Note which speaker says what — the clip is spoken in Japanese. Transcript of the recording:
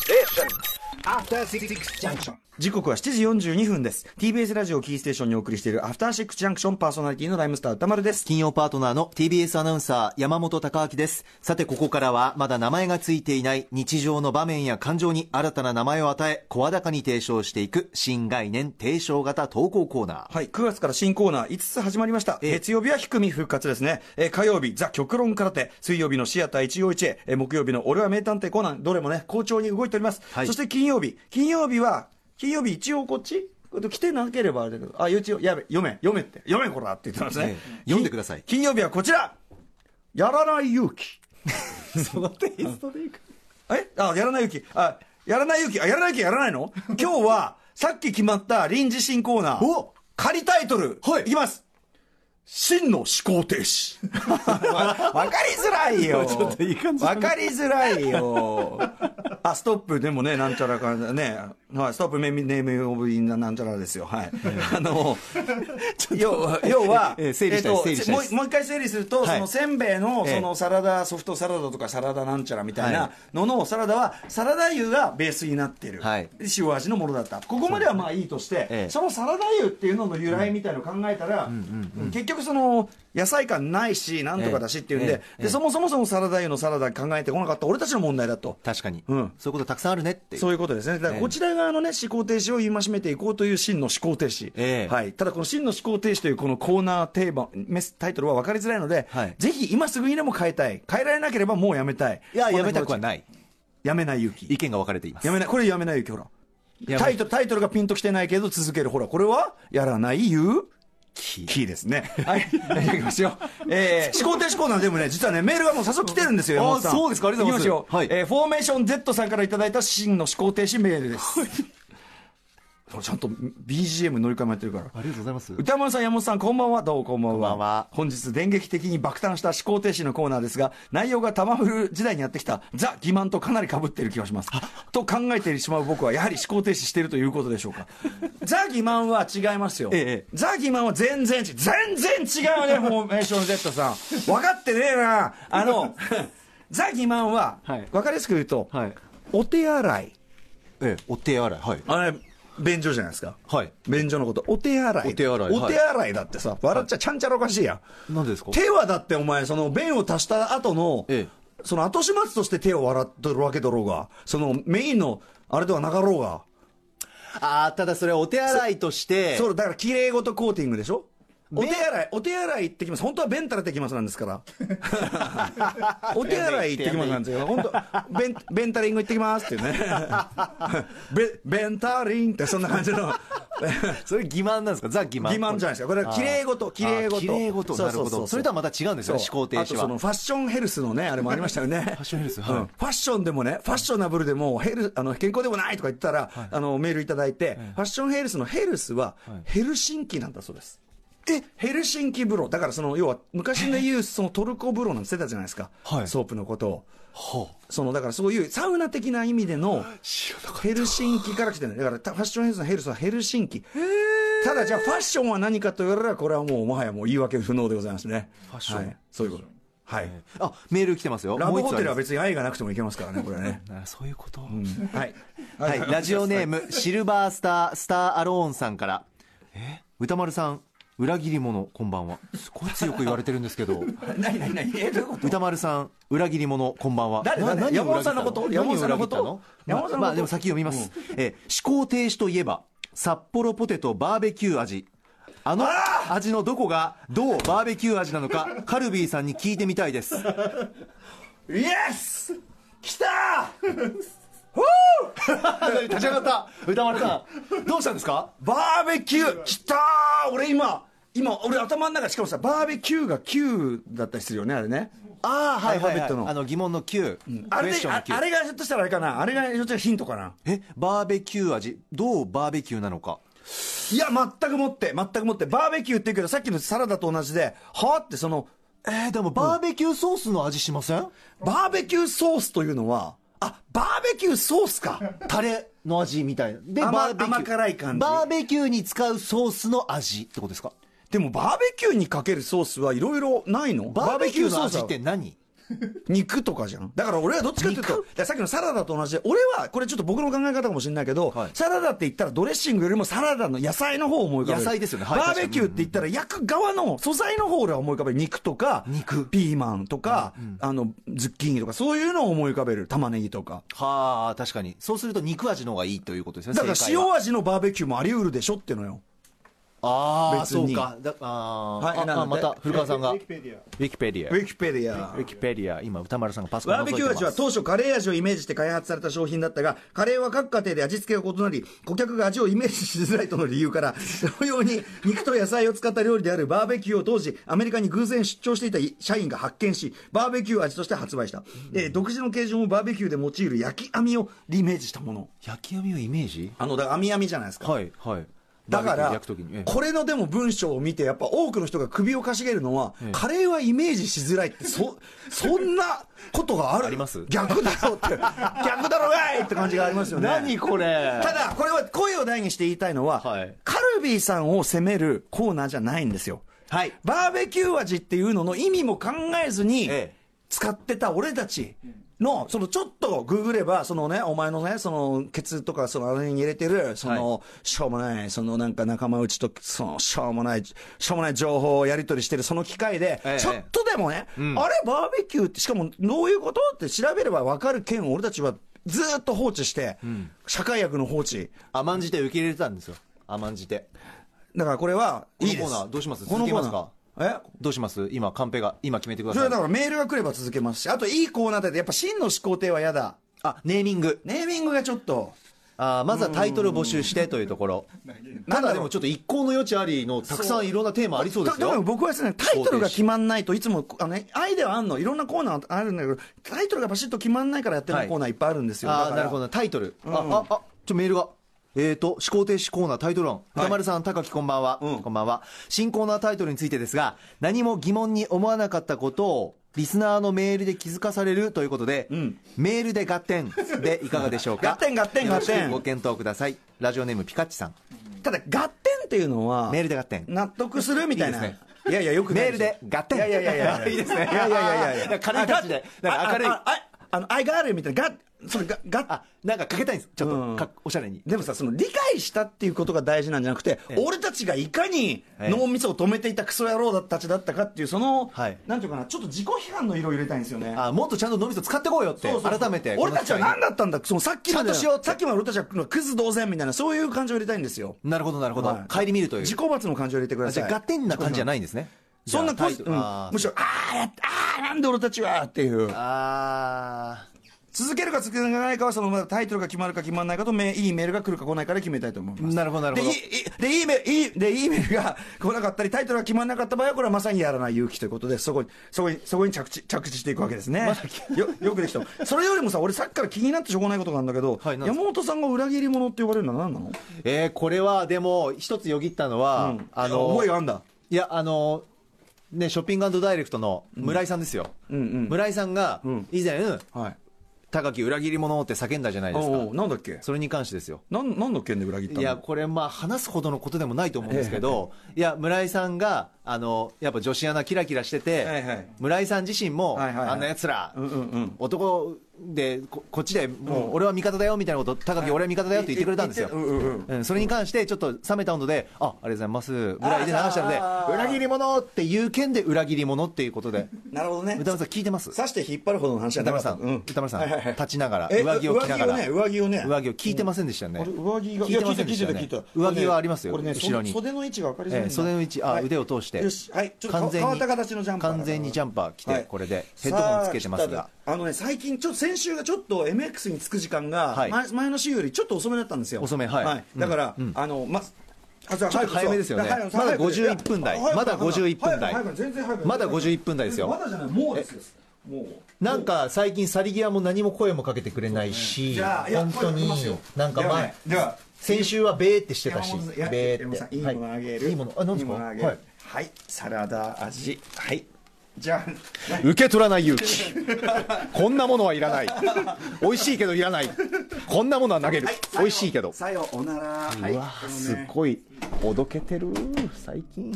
Speaker 1: Station.
Speaker 2: 時刻は7時42分です TBS ラジオキーステーションにお送りしているアフターシックスジャンクションパーソナリティのライムスター歌丸です
Speaker 3: 金曜パートナーの TBS アナウンサー山本貴明ですさてここからはまだ名前がついていない日常の場面や感情に新たな名前を与え声高に提唱していく新概念提唱型投稿コーナー
Speaker 2: はい9月から新コーナー5つ始まりました、
Speaker 3: ええ
Speaker 2: 月曜日は低み復活ですね、えー火曜日ザ極論空手水曜日のシアター1 5 1へ、えー木曜日の俺は名探偵コナンどれもね好調に動いております、
Speaker 3: はい
Speaker 2: そして金曜日金曜日は金曜日一応こっち来てなければあれだけどあ一応やべ読め読めって読めこらって言ってますね
Speaker 3: え、え読んでください
Speaker 2: 金曜日はこちらやらない勇気
Speaker 3: そのテイストでいく
Speaker 2: えあ、やらない勇気。あ、やらない勇気。あ、やらない勇気やらないの今日は、さっき決まった臨時新コーナー。
Speaker 3: お
Speaker 2: 仮タイトル。
Speaker 3: はい
Speaker 2: いきます。真の思考停止。わわかりづらいよ。
Speaker 3: ちょっといい感じ
Speaker 2: わかりづらいよ。あ、ストップでもね、なんちゃらかんね。はい、ストップメミネームオブインななんちゃらですよ。はい。あの、要要は、
Speaker 3: ええ整理したい
Speaker 2: えっと
Speaker 3: 整理したいです
Speaker 2: もうもう一回整理すると、
Speaker 3: はい
Speaker 2: そのせんべいの、
Speaker 3: ええ
Speaker 2: そのサラダ、ソフトサラダとかサラダなんちゃらみたい
Speaker 3: は
Speaker 2: ないののサラダは、サラダ油がベースになってる、
Speaker 3: はい
Speaker 2: 塩味のものだった。ここまではまあいいとして、
Speaker 3: ええ
Speaker 2: そのサラダ油っていうのの由来みたいのを考えたら、結局その、野菜感ないし、なんとかだしっていうんで、
Speaker 3: ええええ
Speaker 2: でそもそもそのサラダ油のサラダ考えてこなかった俺たちの問題だと。
Speaker 3: 確かに、
Speaker 2: うん
Speaker 3: そういうことたくさんあるねっていう
Speaker 2: そういうことですね。だから、
Speaker 3: ええ
Speaker 2: こちら側のね、思考停止を戒めていこうという真の思考停止。
Speaker 3: ええ
Speaker 2: はい。ただ、この真の思考停止というこのコーナーテーマ、メス、タイトルは分かりづらいので、
Speaker 3: はい
Speaker 2: ぜひ今すぐにでも変えたい。変えられなければもうやめたい。。
Speaker 3: いややめたくはいない
Speaker 2: やめない勇気。
Speaker 3: 意見が分かれています
Speaker 2: やめない。これやめない勇気、ほ
Speaker 3: や
Speaker 2: ら。
Speaker 3: め
Speaker 2: タイトル、タイトルがピンときてないけど続ける。ほら、これは、やらない勇
Speaker 3: き
Speaker 2: キーですね。 はい。行きましょう。 えー、思考停止コーナーでもね、実はね、メールがもう早速来てるんですよ、
Speaker 3: あ
Speaker 2: 山本さん。
Speaker 3: そうですかありがとうございます
Speaker 2: 行きしょう
Speaker 3: はい
Speaker 2: えーフォーメーション Z さんからいただいた真の思考停止メールです。これちゃんと BGM 乗り換えもやってるから。
Speaker 3: ありがとうございます
Speaker 2: 歌丸さん、山本さん、こんばんは、どうもこんばんは。
Speaker 3: こんばんは
Speaker 2: 本日、電撃的に爆誕した思考停止のコーナーですが、内容が玉降る時代にやってきた、ザ・欺瞞とかなり被っている気がします。と考えてしまう僕は、やはり思考停止しているということでしょう か。ザ・欺瞞は違いますよ。
Speaker 3: ええ
Speaker 2: ザ・欺瞞は全然違う。全然 違うね、フォーメーション Z さん。分かってねえな。あ の、ザ・欺瞞は、
Speaker 3: はい
Speaker 2: 分かりやすく言うと、
Speaker 3: はい
Speaker 2: お手洗い。
Speaker 3: ええお手洗いはい
Speaker 2: あれ、便所じゃないですか。
Speaker 3: はい
Speaker 2: 便所のこと、お手洗い。
Speaker 3: お手洗いはい
Speaker 2: お手洗いだってさ、笑っちゃちゃんちゃらおかしいやん。
Speaker 3: 何ですか
Speaker 2: 手はだってお前、その便を足した後の、
Speaker 3: ええ
Speaker 2: その後始末として手を洗っとるわけだろうが、そのメインのあれではなかろうが、
Speaker 3: ああただそれはお手洗いとして
Speaker 2: そうだから綺麗ごとコーティングでしょお手洗い、お手洗い行ってきます。本当は便たらってきますなんですから。 お手洗い行ってきますなんですよ。本当、ベン、ベンタリング行ってきますっていうね。 ベ、ベンタリンってそんな感じの。
Speaker 3: それ欺瞞なんですかザ欺瞞
Speaker 2: 欺瞞じゃないですかこれは
Speaker 3: あー
Speaker 2: 綺麗事綺麗事
Speaker 3: あー綺麗
Speaker 2: そ
Speaker 3: 事
Speaker 2: うそうそう
Speaker 3: なるほどそれとはまた違うんですよね
Speaker 2: そう
Speaker 3: 思考停止は
Speaker 2: あとそのファッションヘルスのねあれもありましたよね ファ
Speaker 3: ッションヘルスはい
Speaker 2: ファッションでもねファッショナブルでもヘルあの健康でもないとか言ったら、あのメールいただいて、ファッションヘルスのヘルスはヘルシンキなんだそうですえヘルシンキ風呂だからその要は昔で言うそのトルコ風呂なんて言ってたじゃないですか、
Speaker 3: はい
Speaker 2: ソープのことを
Speaker 3: ほう
Speaker 2: そのだからそういうサウナ的な意味でのヘルシンキから来てるんだだからたファッションヘルスのヘルスはヘルシンキただじゃあファッションは何かと言われればこれはもうもはやもう言い訳不能でございますねファ
Speaker 3: ッション
Speaker 2: はい、そういうことはい、
Speaker 3: あメール来てますよ
Speaker 2: ラブ
Speaker 3: もう一
Speaker 2: ホ
Speaker 3: つ
Speaker 2: テル
Speaker 3: あ
Speaker 2: は
Speaker 3: り
Speaker 2: 別に愛がなくてもいけますからねこれは ね
Speaker 3: ますあそういうこと、
Speaker 2: はい
Speaker 3: はい、ラジオネーム、シルバースター、スターアローンさんから。え歌丸さん、裏切り者、こんばんは。すごい強く言われてるんですけど。
Speaker 2: 何何何えどういうこと
Speaker 3: 歌丸さん、裏切り者、こんばんは。
Speaker 2: 誰
Speaker 3: な
Speaker 2: 誰
Speaker 3: 何を
Speaker 2: 山本さんの
Speaker 3: 裏切った
Speaker 2: こと山本さんのこと
Speaker 3: 何を裏切った
Speaker 2: 山本さんのこと
Speaker 3: まあまあ、でも先読みます。えー、思考停止といえば、札幌ポテトバーベキュー味。あの味のどこがどうバーベキュー味なのかカルビーさんに聞いてみた いです
Speaker 2: イエス来た ー
Speaker 3: 立ち上がった歌丸さんどうしたんですか
Speaker 2: バーベキュー来たー俺今今俺頭の中しかもさバーベキューが9だったりするよねあれね
Speaker 3: ああ
Speaker 2: ア
Speaker 3: はいはい、
Speaker 2: ルファベ
Speaker 3: は
Speaker 2: ッ
Speaker 3: い
Speaker 2: ト、の
Speaker 3: あの疑問の Q、
Speaker 2: あ
Speaker 3: ク
Speaker 2: れ
Speaker 3: エ
Speaker 2: で
Speaker 3: スチョンの
Speaker 2: あ
Speaker 3: Q
Speaker 2: あれがひょっとしたらあれかなあれがひょっとしたらヒントかな
Speaker 3: えバーベキュー味どうバーベキューなのか
Speaker 2: いや全くもって全くもってバーベキューって言うけどさっきのサラダと同じではあってその
Speaker 3: えー、でもバーベキューソースの味しません、
Speaker 2: バーベキューソースというのはあバーベキューソースか
Speaker 3: タレの味みたいなで
Speaker 2: 甘
Speaker 3: バーベキュー
Speaker 2: 甘辛い感じ
Speaker 3: バーベキューに使うソースの味ってことですか
Speaker 2: でもバーベキューにかけるソースはいろいろないの
Speaker 3: バーベキューの
Speaker 2: バ
Speaker 3: 味っ
Speaker 2: は
Speaker 3: て何
Speaker 2: 肉とかじゃんだから俺はどっちかっていうとだからさっきのサラダと同じで俺はこれちょっと僕の考え方かもしれないけど、
Speaker 3: はい
Speaker 2: サラダって言ったらドレッシングよりもサラダの野菜の方を思い浮かべる
Speaker 3: 野菜ですよねはい
Speaker 2: バーベキューって言ったら焼く側の素材の方を俺は思い浮かべる肉とか
Speaker 3: 肉
Speaker 2: ピーマンとか、あのズッキーニとかそういうのを思い浮かべる玉ねぎとか
Speaker 3: はあ、確かに。そうすると肉味の方がいいということですね。
Speaker 2: だから
Speaker 3: 正解は
Speaker 2: 塩味のバーベキューもあり得るでしょってのよ
Speaker 3: ああ、
Speaker 2: 別
Speaker 3: そう
Speaker 2: に
Speaker 3: か。だあー、
Speaker 2: はい
Speaker 3: あ
Speaker 2: な
Speaker 3: あ
Speaker 2: の
Speaker 3: ま
Speaker 2: で
Speaker 3: た、古川さんが。
Speaker 1: ウ
Speaker 3: ウ
Speaker 1: ィキペディア
Speaker 3: ィキペディア。
Speaker 2: ウ
Speaker 3: ウ
Speaker 2: ィキペディア
Speaker 3: ィキペディア。今、歌丸さんがパソコン
Speaker 2: バ
Speaker 3: を
Speaker 2: ー
Speaker 3: 覗い
Speaker 2: ベキ
Speaker 3: て
Speaker 2: ュー味
Speaker 3: ま
Speaker 2: は
Speaker 3: す。
Speaker 2: 当初カレー味をイメージして開発された商品だったが、カレーは各家庭で味付けが異なり、顧客が味をイメージしづらいとの理由から、同様に肉と野菜を使った料理であるバーベキューを当時、アメリカに偶然出張していた社員が発見し、バーベキュー味として発売した。えー独自の形状をバーベキューで用いる焼き網をリメージしたもの。
Speaker 3: 焼き網をイメージ
Speaker 2: あの、だから網網じゃないですか。
Speaker 3: はい、はい。
Speaker 2: だか
Speaker 3: バー
Speaker 2: ら
Speaker 3: ベキュー焼くときに。ええ、
Speaker 2: これのでも文章を見て、やっぱ多くの人が首をかしげるのは、カレーはイメージしづらいって、 そ、そんなことがある
Speaker 3: あります
Speaker 2: 逆だろって、逆だろがいって感じがありますよね。
Speaker 3: 何これ
Speaker 2: ただ、これは声を大にして言いたいのは、
Speaker 3: はい
Speaker 2: カルビーさんを責めるコーナーじゃないんですよ。
Speaker 3: はい。
Speaker 2: バーベキュー味っていうのの意味も考えずに
Speaker 3: ええ、
Speaker 2: 使ってた俺たちの、そのちょっとググれば、そのね、お前のね、その、ケツとか、その、あれに入れてる、その、しょうもない、そのなんか仲間内と、その、しょうもない、しょうもない情報をやり取りしてる、その機会で
Speaker 3: ええ、
Speaker 2: ちょっとでもね、
Speaker 3: ん
Speaker 2: あれ、バーベキューって、しかも、どういうことって調べればわかる件を俺たちは、ずーっと放置して、社会役の放置。
Speaker 3: 甘んじて受け入れてたんですよ。甘んじて。
Speaker 2: だからこれは、
Speaker 3: この
Speaker 2: いいです。
Speaker 3: コーナーどうします
Speaker 2: このコーナー
Speaker 3: 続けます
Speaker 2: え
Speaker 3: どうします今、カンペが、今決めてくだ
Speaker 2: それはい
Speaker 3: さ
Speaker 2: だ。からメールが来れば続けますし、あといいコーナーで、やっぱ真の始皇帝は嫌だ。
Speaker 3: あ、ネーミング。
Speaker 2: ネーミングがちょっと、
Speaker 3: あーまずはタイトル募集してというところ。ただでもちょっと一向の余地ありの、たくさんいろんなテーマありそうです
Speaker 2: だだから
Speaker 3: よ。
Speaker 2: 僕はですね、タイトルが決まんないといつも、あのね、アイデアはあんの、いろんなコーナーあるんだけど、タイトルがバシッと決まんないからやってる
Speaker 3: はい
Speaker 2: コーナーいっぱいあるんですよ。だか
Speaker 3: あー
Speaker 2: ら
Speaker 3: なるほど。タイトル。あ、あ、あ、ちょ、メールが。えーと、思考停止コーナータイトル論。歌丸さん、高木こんばんは。こんばんは。新コーナータイトルについてですが、何も疑問に思わなかったことを、リスナーのメールで気づかされるということで、メールで合点でいかがでしょうか
Speaker 2: 合点合点合点
Speaker 3: よろしくご検討ください。ラジオネームピカッチさん。
Speaker 2: ただ、合点っていうのは、
Speaker 3: メールで合点。
Speaker 2: 納得するみたいな。
Speaker 3: いいです
Speaker 2: いやいや、よくない
Speaker 3: メールで合点
Speaker 2: いやいやいやい や、いいですね。いやいやいやいや。
Speaker 3: なんか軽い感じでなんか明るい
Speaker 2: ああああの、I got it みたいな、が、それが、が、
Speaker 3: あ、なんかかけたいんです。ちょっ
Speaker 2: う
Speaker 3: と
Speaker 2: ん
Speaker 3: か、おしゃれに。
Speaker 2: でもさ、その理解したっていうことが大事なんじゃなくて、
Speaker 3: ええ
Speaker 2: 俺たちがいかに脳みそを止めていたクソ野郎たちだったかっていう、その、
Speaker 3: はい
Speaker 2: なんていうかな、ちょっと自己批判の色を入れたいんですよね。
Speaker 3: あ、もっとちゃんと脳みそ使ってこうよって、
Speaker 2: そうそうそう
Speaker 3: 改めて。
Speaker 2: 俺たちは
Speaker 3: この機会
Speaker 2: 何
Speaker 3: に
Speaker 2: だったんだそのさっきまで
Speaker 3: ちゃんとしようって
Speaker 2: さっきまで俺たちはクズ同然みたいなそういう感情を入れたいんですよ
Speaker 3: なるほど、なるほど
Speaker 2: は。い
Speaker 3: 帰り見るという
Speaker 2: 自。己罰の感情を入れてくだ
Speaker 3: あ
Speaker 2: さ
Speaker 3: じ
Speaker 2: い
Speaker 3: ゃあ、合点な感じじゃないんですね。
Speaker 2: そんな
Speaker 3: じゃ
Speaker 2: こ
Speaker 3: あタイ
Speaker 2: う
Speaker 3: ト
Speaker 2: う
Speaker 3: ル
Speaker 2: ん
Speaker 3: あー
Speaker 2: むしろあーやっあーなんで俺たちはっていう
Speaker 3: あ
Speaker 2: 続けるか続けないかはそのまだタイトルが決まるか決まらないかとめいいメールが来るか来ないかで決めたいと思います
Speaker 3: なるほどなるほど
Speaker 2: でいいいでいいメールいいでいいメールが来なかったりタイトルが決まらなかった場合はこれはまさにやらない勇気ということでそこにそこにそこに着地着地していくわけですね、よよくできたそれよりもさ俺さっきから気になってしょうがないことがあるんだけど、
Speaker 3: はいなんです
Speaker 2: 山
Speaker 3: か
Speaker 2: 本さんが裏切り者って呼ばれるのは何なの
Speaker 3: ーえー、これは、でも、一つよぎったのは、あの、
Speaker 2: 思いがあんだ
Speaker 3: いや、あの、ね、ショッピングダイレクトの村井さんですよ。
Speaker 2: うんうん
Speaker 3: 村井さんが
Speaker 2: ん、
Speaker 3: 以前、
Speaker 2: はい
Speaker 3: 高木裏切り者って叫んだじゃないですか
Speaker 2: お。うなんだっけ
Speaker 3: それに関してですよ。
Speaker 2: なんなんの件で裏切ったの
Speaker 3: いや、これ、まあ、話すほどのことでもないと思うんですけど、いや、村井さんが、あの、やっぱ女子アナキラキラしてて、
Speaker 2: はいはい
Speaker 3: 村井さん自身も、
Speaker 2: はいはいはい
Speaker 3: あんな奴ら、
Speaker 2: うんうんうん
Speaker 3: 男でこ、こっちで、もう、俺は味方だよ、みたいなこと、高木、俺は味方だよって言ってくれたんですよ。
Speaker 2: 言ってうんうん
Speaker 3: うんそれに関して、ちょっと冷めた温度で、あ、ありがとうございます、ぐらいで流したので
Speaker 2: あ、ー
Speaker 3: 裏切り者っていう件で裏切り者っていうことで、
Speaker 2: なるほどね
Speaker 3: 歌丸さん聞いてます
Speaker 2: 刺して引っ張るほどの話じゃ
Speaker 3: 歌
Speaker 2: なかっ
Speaker 3: 丸
Speaker 2: た
Speaker 3: さん、
Speaker 2: うん
Speaker 3: 歌丸さん、
Speaker 2: はいはいはい
Speaker 3: 立ちながら、
Speaker 2: え
Speaker 3: 上着を着なが
Speaker 2: 上着をね
Speaker 3: ら、
Speaker 2: 上着をね
Speaker 3: 上着を聞いてませんでしたよね。
Speaker 2: あれ上着が
Speaker 3: 聞いてませんでしたよね上着はありますよ、
Speaker 2: 俺ね
Speaker 3: 後ろに。
Speaker 2: 袖袖の位置が分かりづらいんだ
Speaker 3: ええ袖の位置あ
Speaker 2: はい
Speaker 3: 腕を通して
Speaker 2: よしはいちょっと
Speaker 3: 完全に
Speaker 2: 変わった形のジャンパーだから
Speaker 3: 完全にジャンパー着て
Speaker 2: はい
Speaker 3: これでヘッドホンつけてますが
Speaker 2: さあ来たあのね最近ちょっと先週がちょっと MX に着く時間が
Speaker 3: はい
Speaker 2: 前前の週よりちょっと遅めだったんですよ
Speaker 3: 遅めはいうん
Speaker 2: だからあのまあじゃあ
Speaker 3: ちょっと早めですよね
Speaker 2: 早く
Speaker 3: まだ
Speaker 2: 早く
Speaker 3: 51分台
Speaker 2: いや早く
Speaker 3: まだ51分台
Speaker 2: 早く早く全然早く
Speaker 3: まだ51分台ですよ
Speaker 2: まだじゃないもうですよもう
Speaker 3: なんか最近去り際も何も声もかけてくれないし、
Speaker 2: じゃあいや
Speaker 3: 本当
Speaker 2: 声かけ
Speaker 3: に
Speaker 2: ますよ
Speaker 3: なんか
Speaker 2: では
Speaker 3: 前、
Speaker 2: ねでは
Speaker 3: 先週はベーってしてたし
Speaker 2: 山本さん、
Speaker 3: ベ
Speaker 2: 山本さ
Speaker 3: ーっ
Speaker 2: ん
Speaker 3: て
Speaker 2: いいものあげる、
Speaker 3: はいいいものあ何ですか
Speaker 2: いいものあげる
Speaker 3: は
Speaker 2: はいい、サラダ味はいじゃあ
Speaker 4: 受け取らない勇気こんなものはいらない美味しいけどいらないこんなものは投げる美味しいけど
Speaker 2: さよおならは
Speaker 4: うわ
Speaker 2: このね
Speaker 4: すっごいおどけてる最近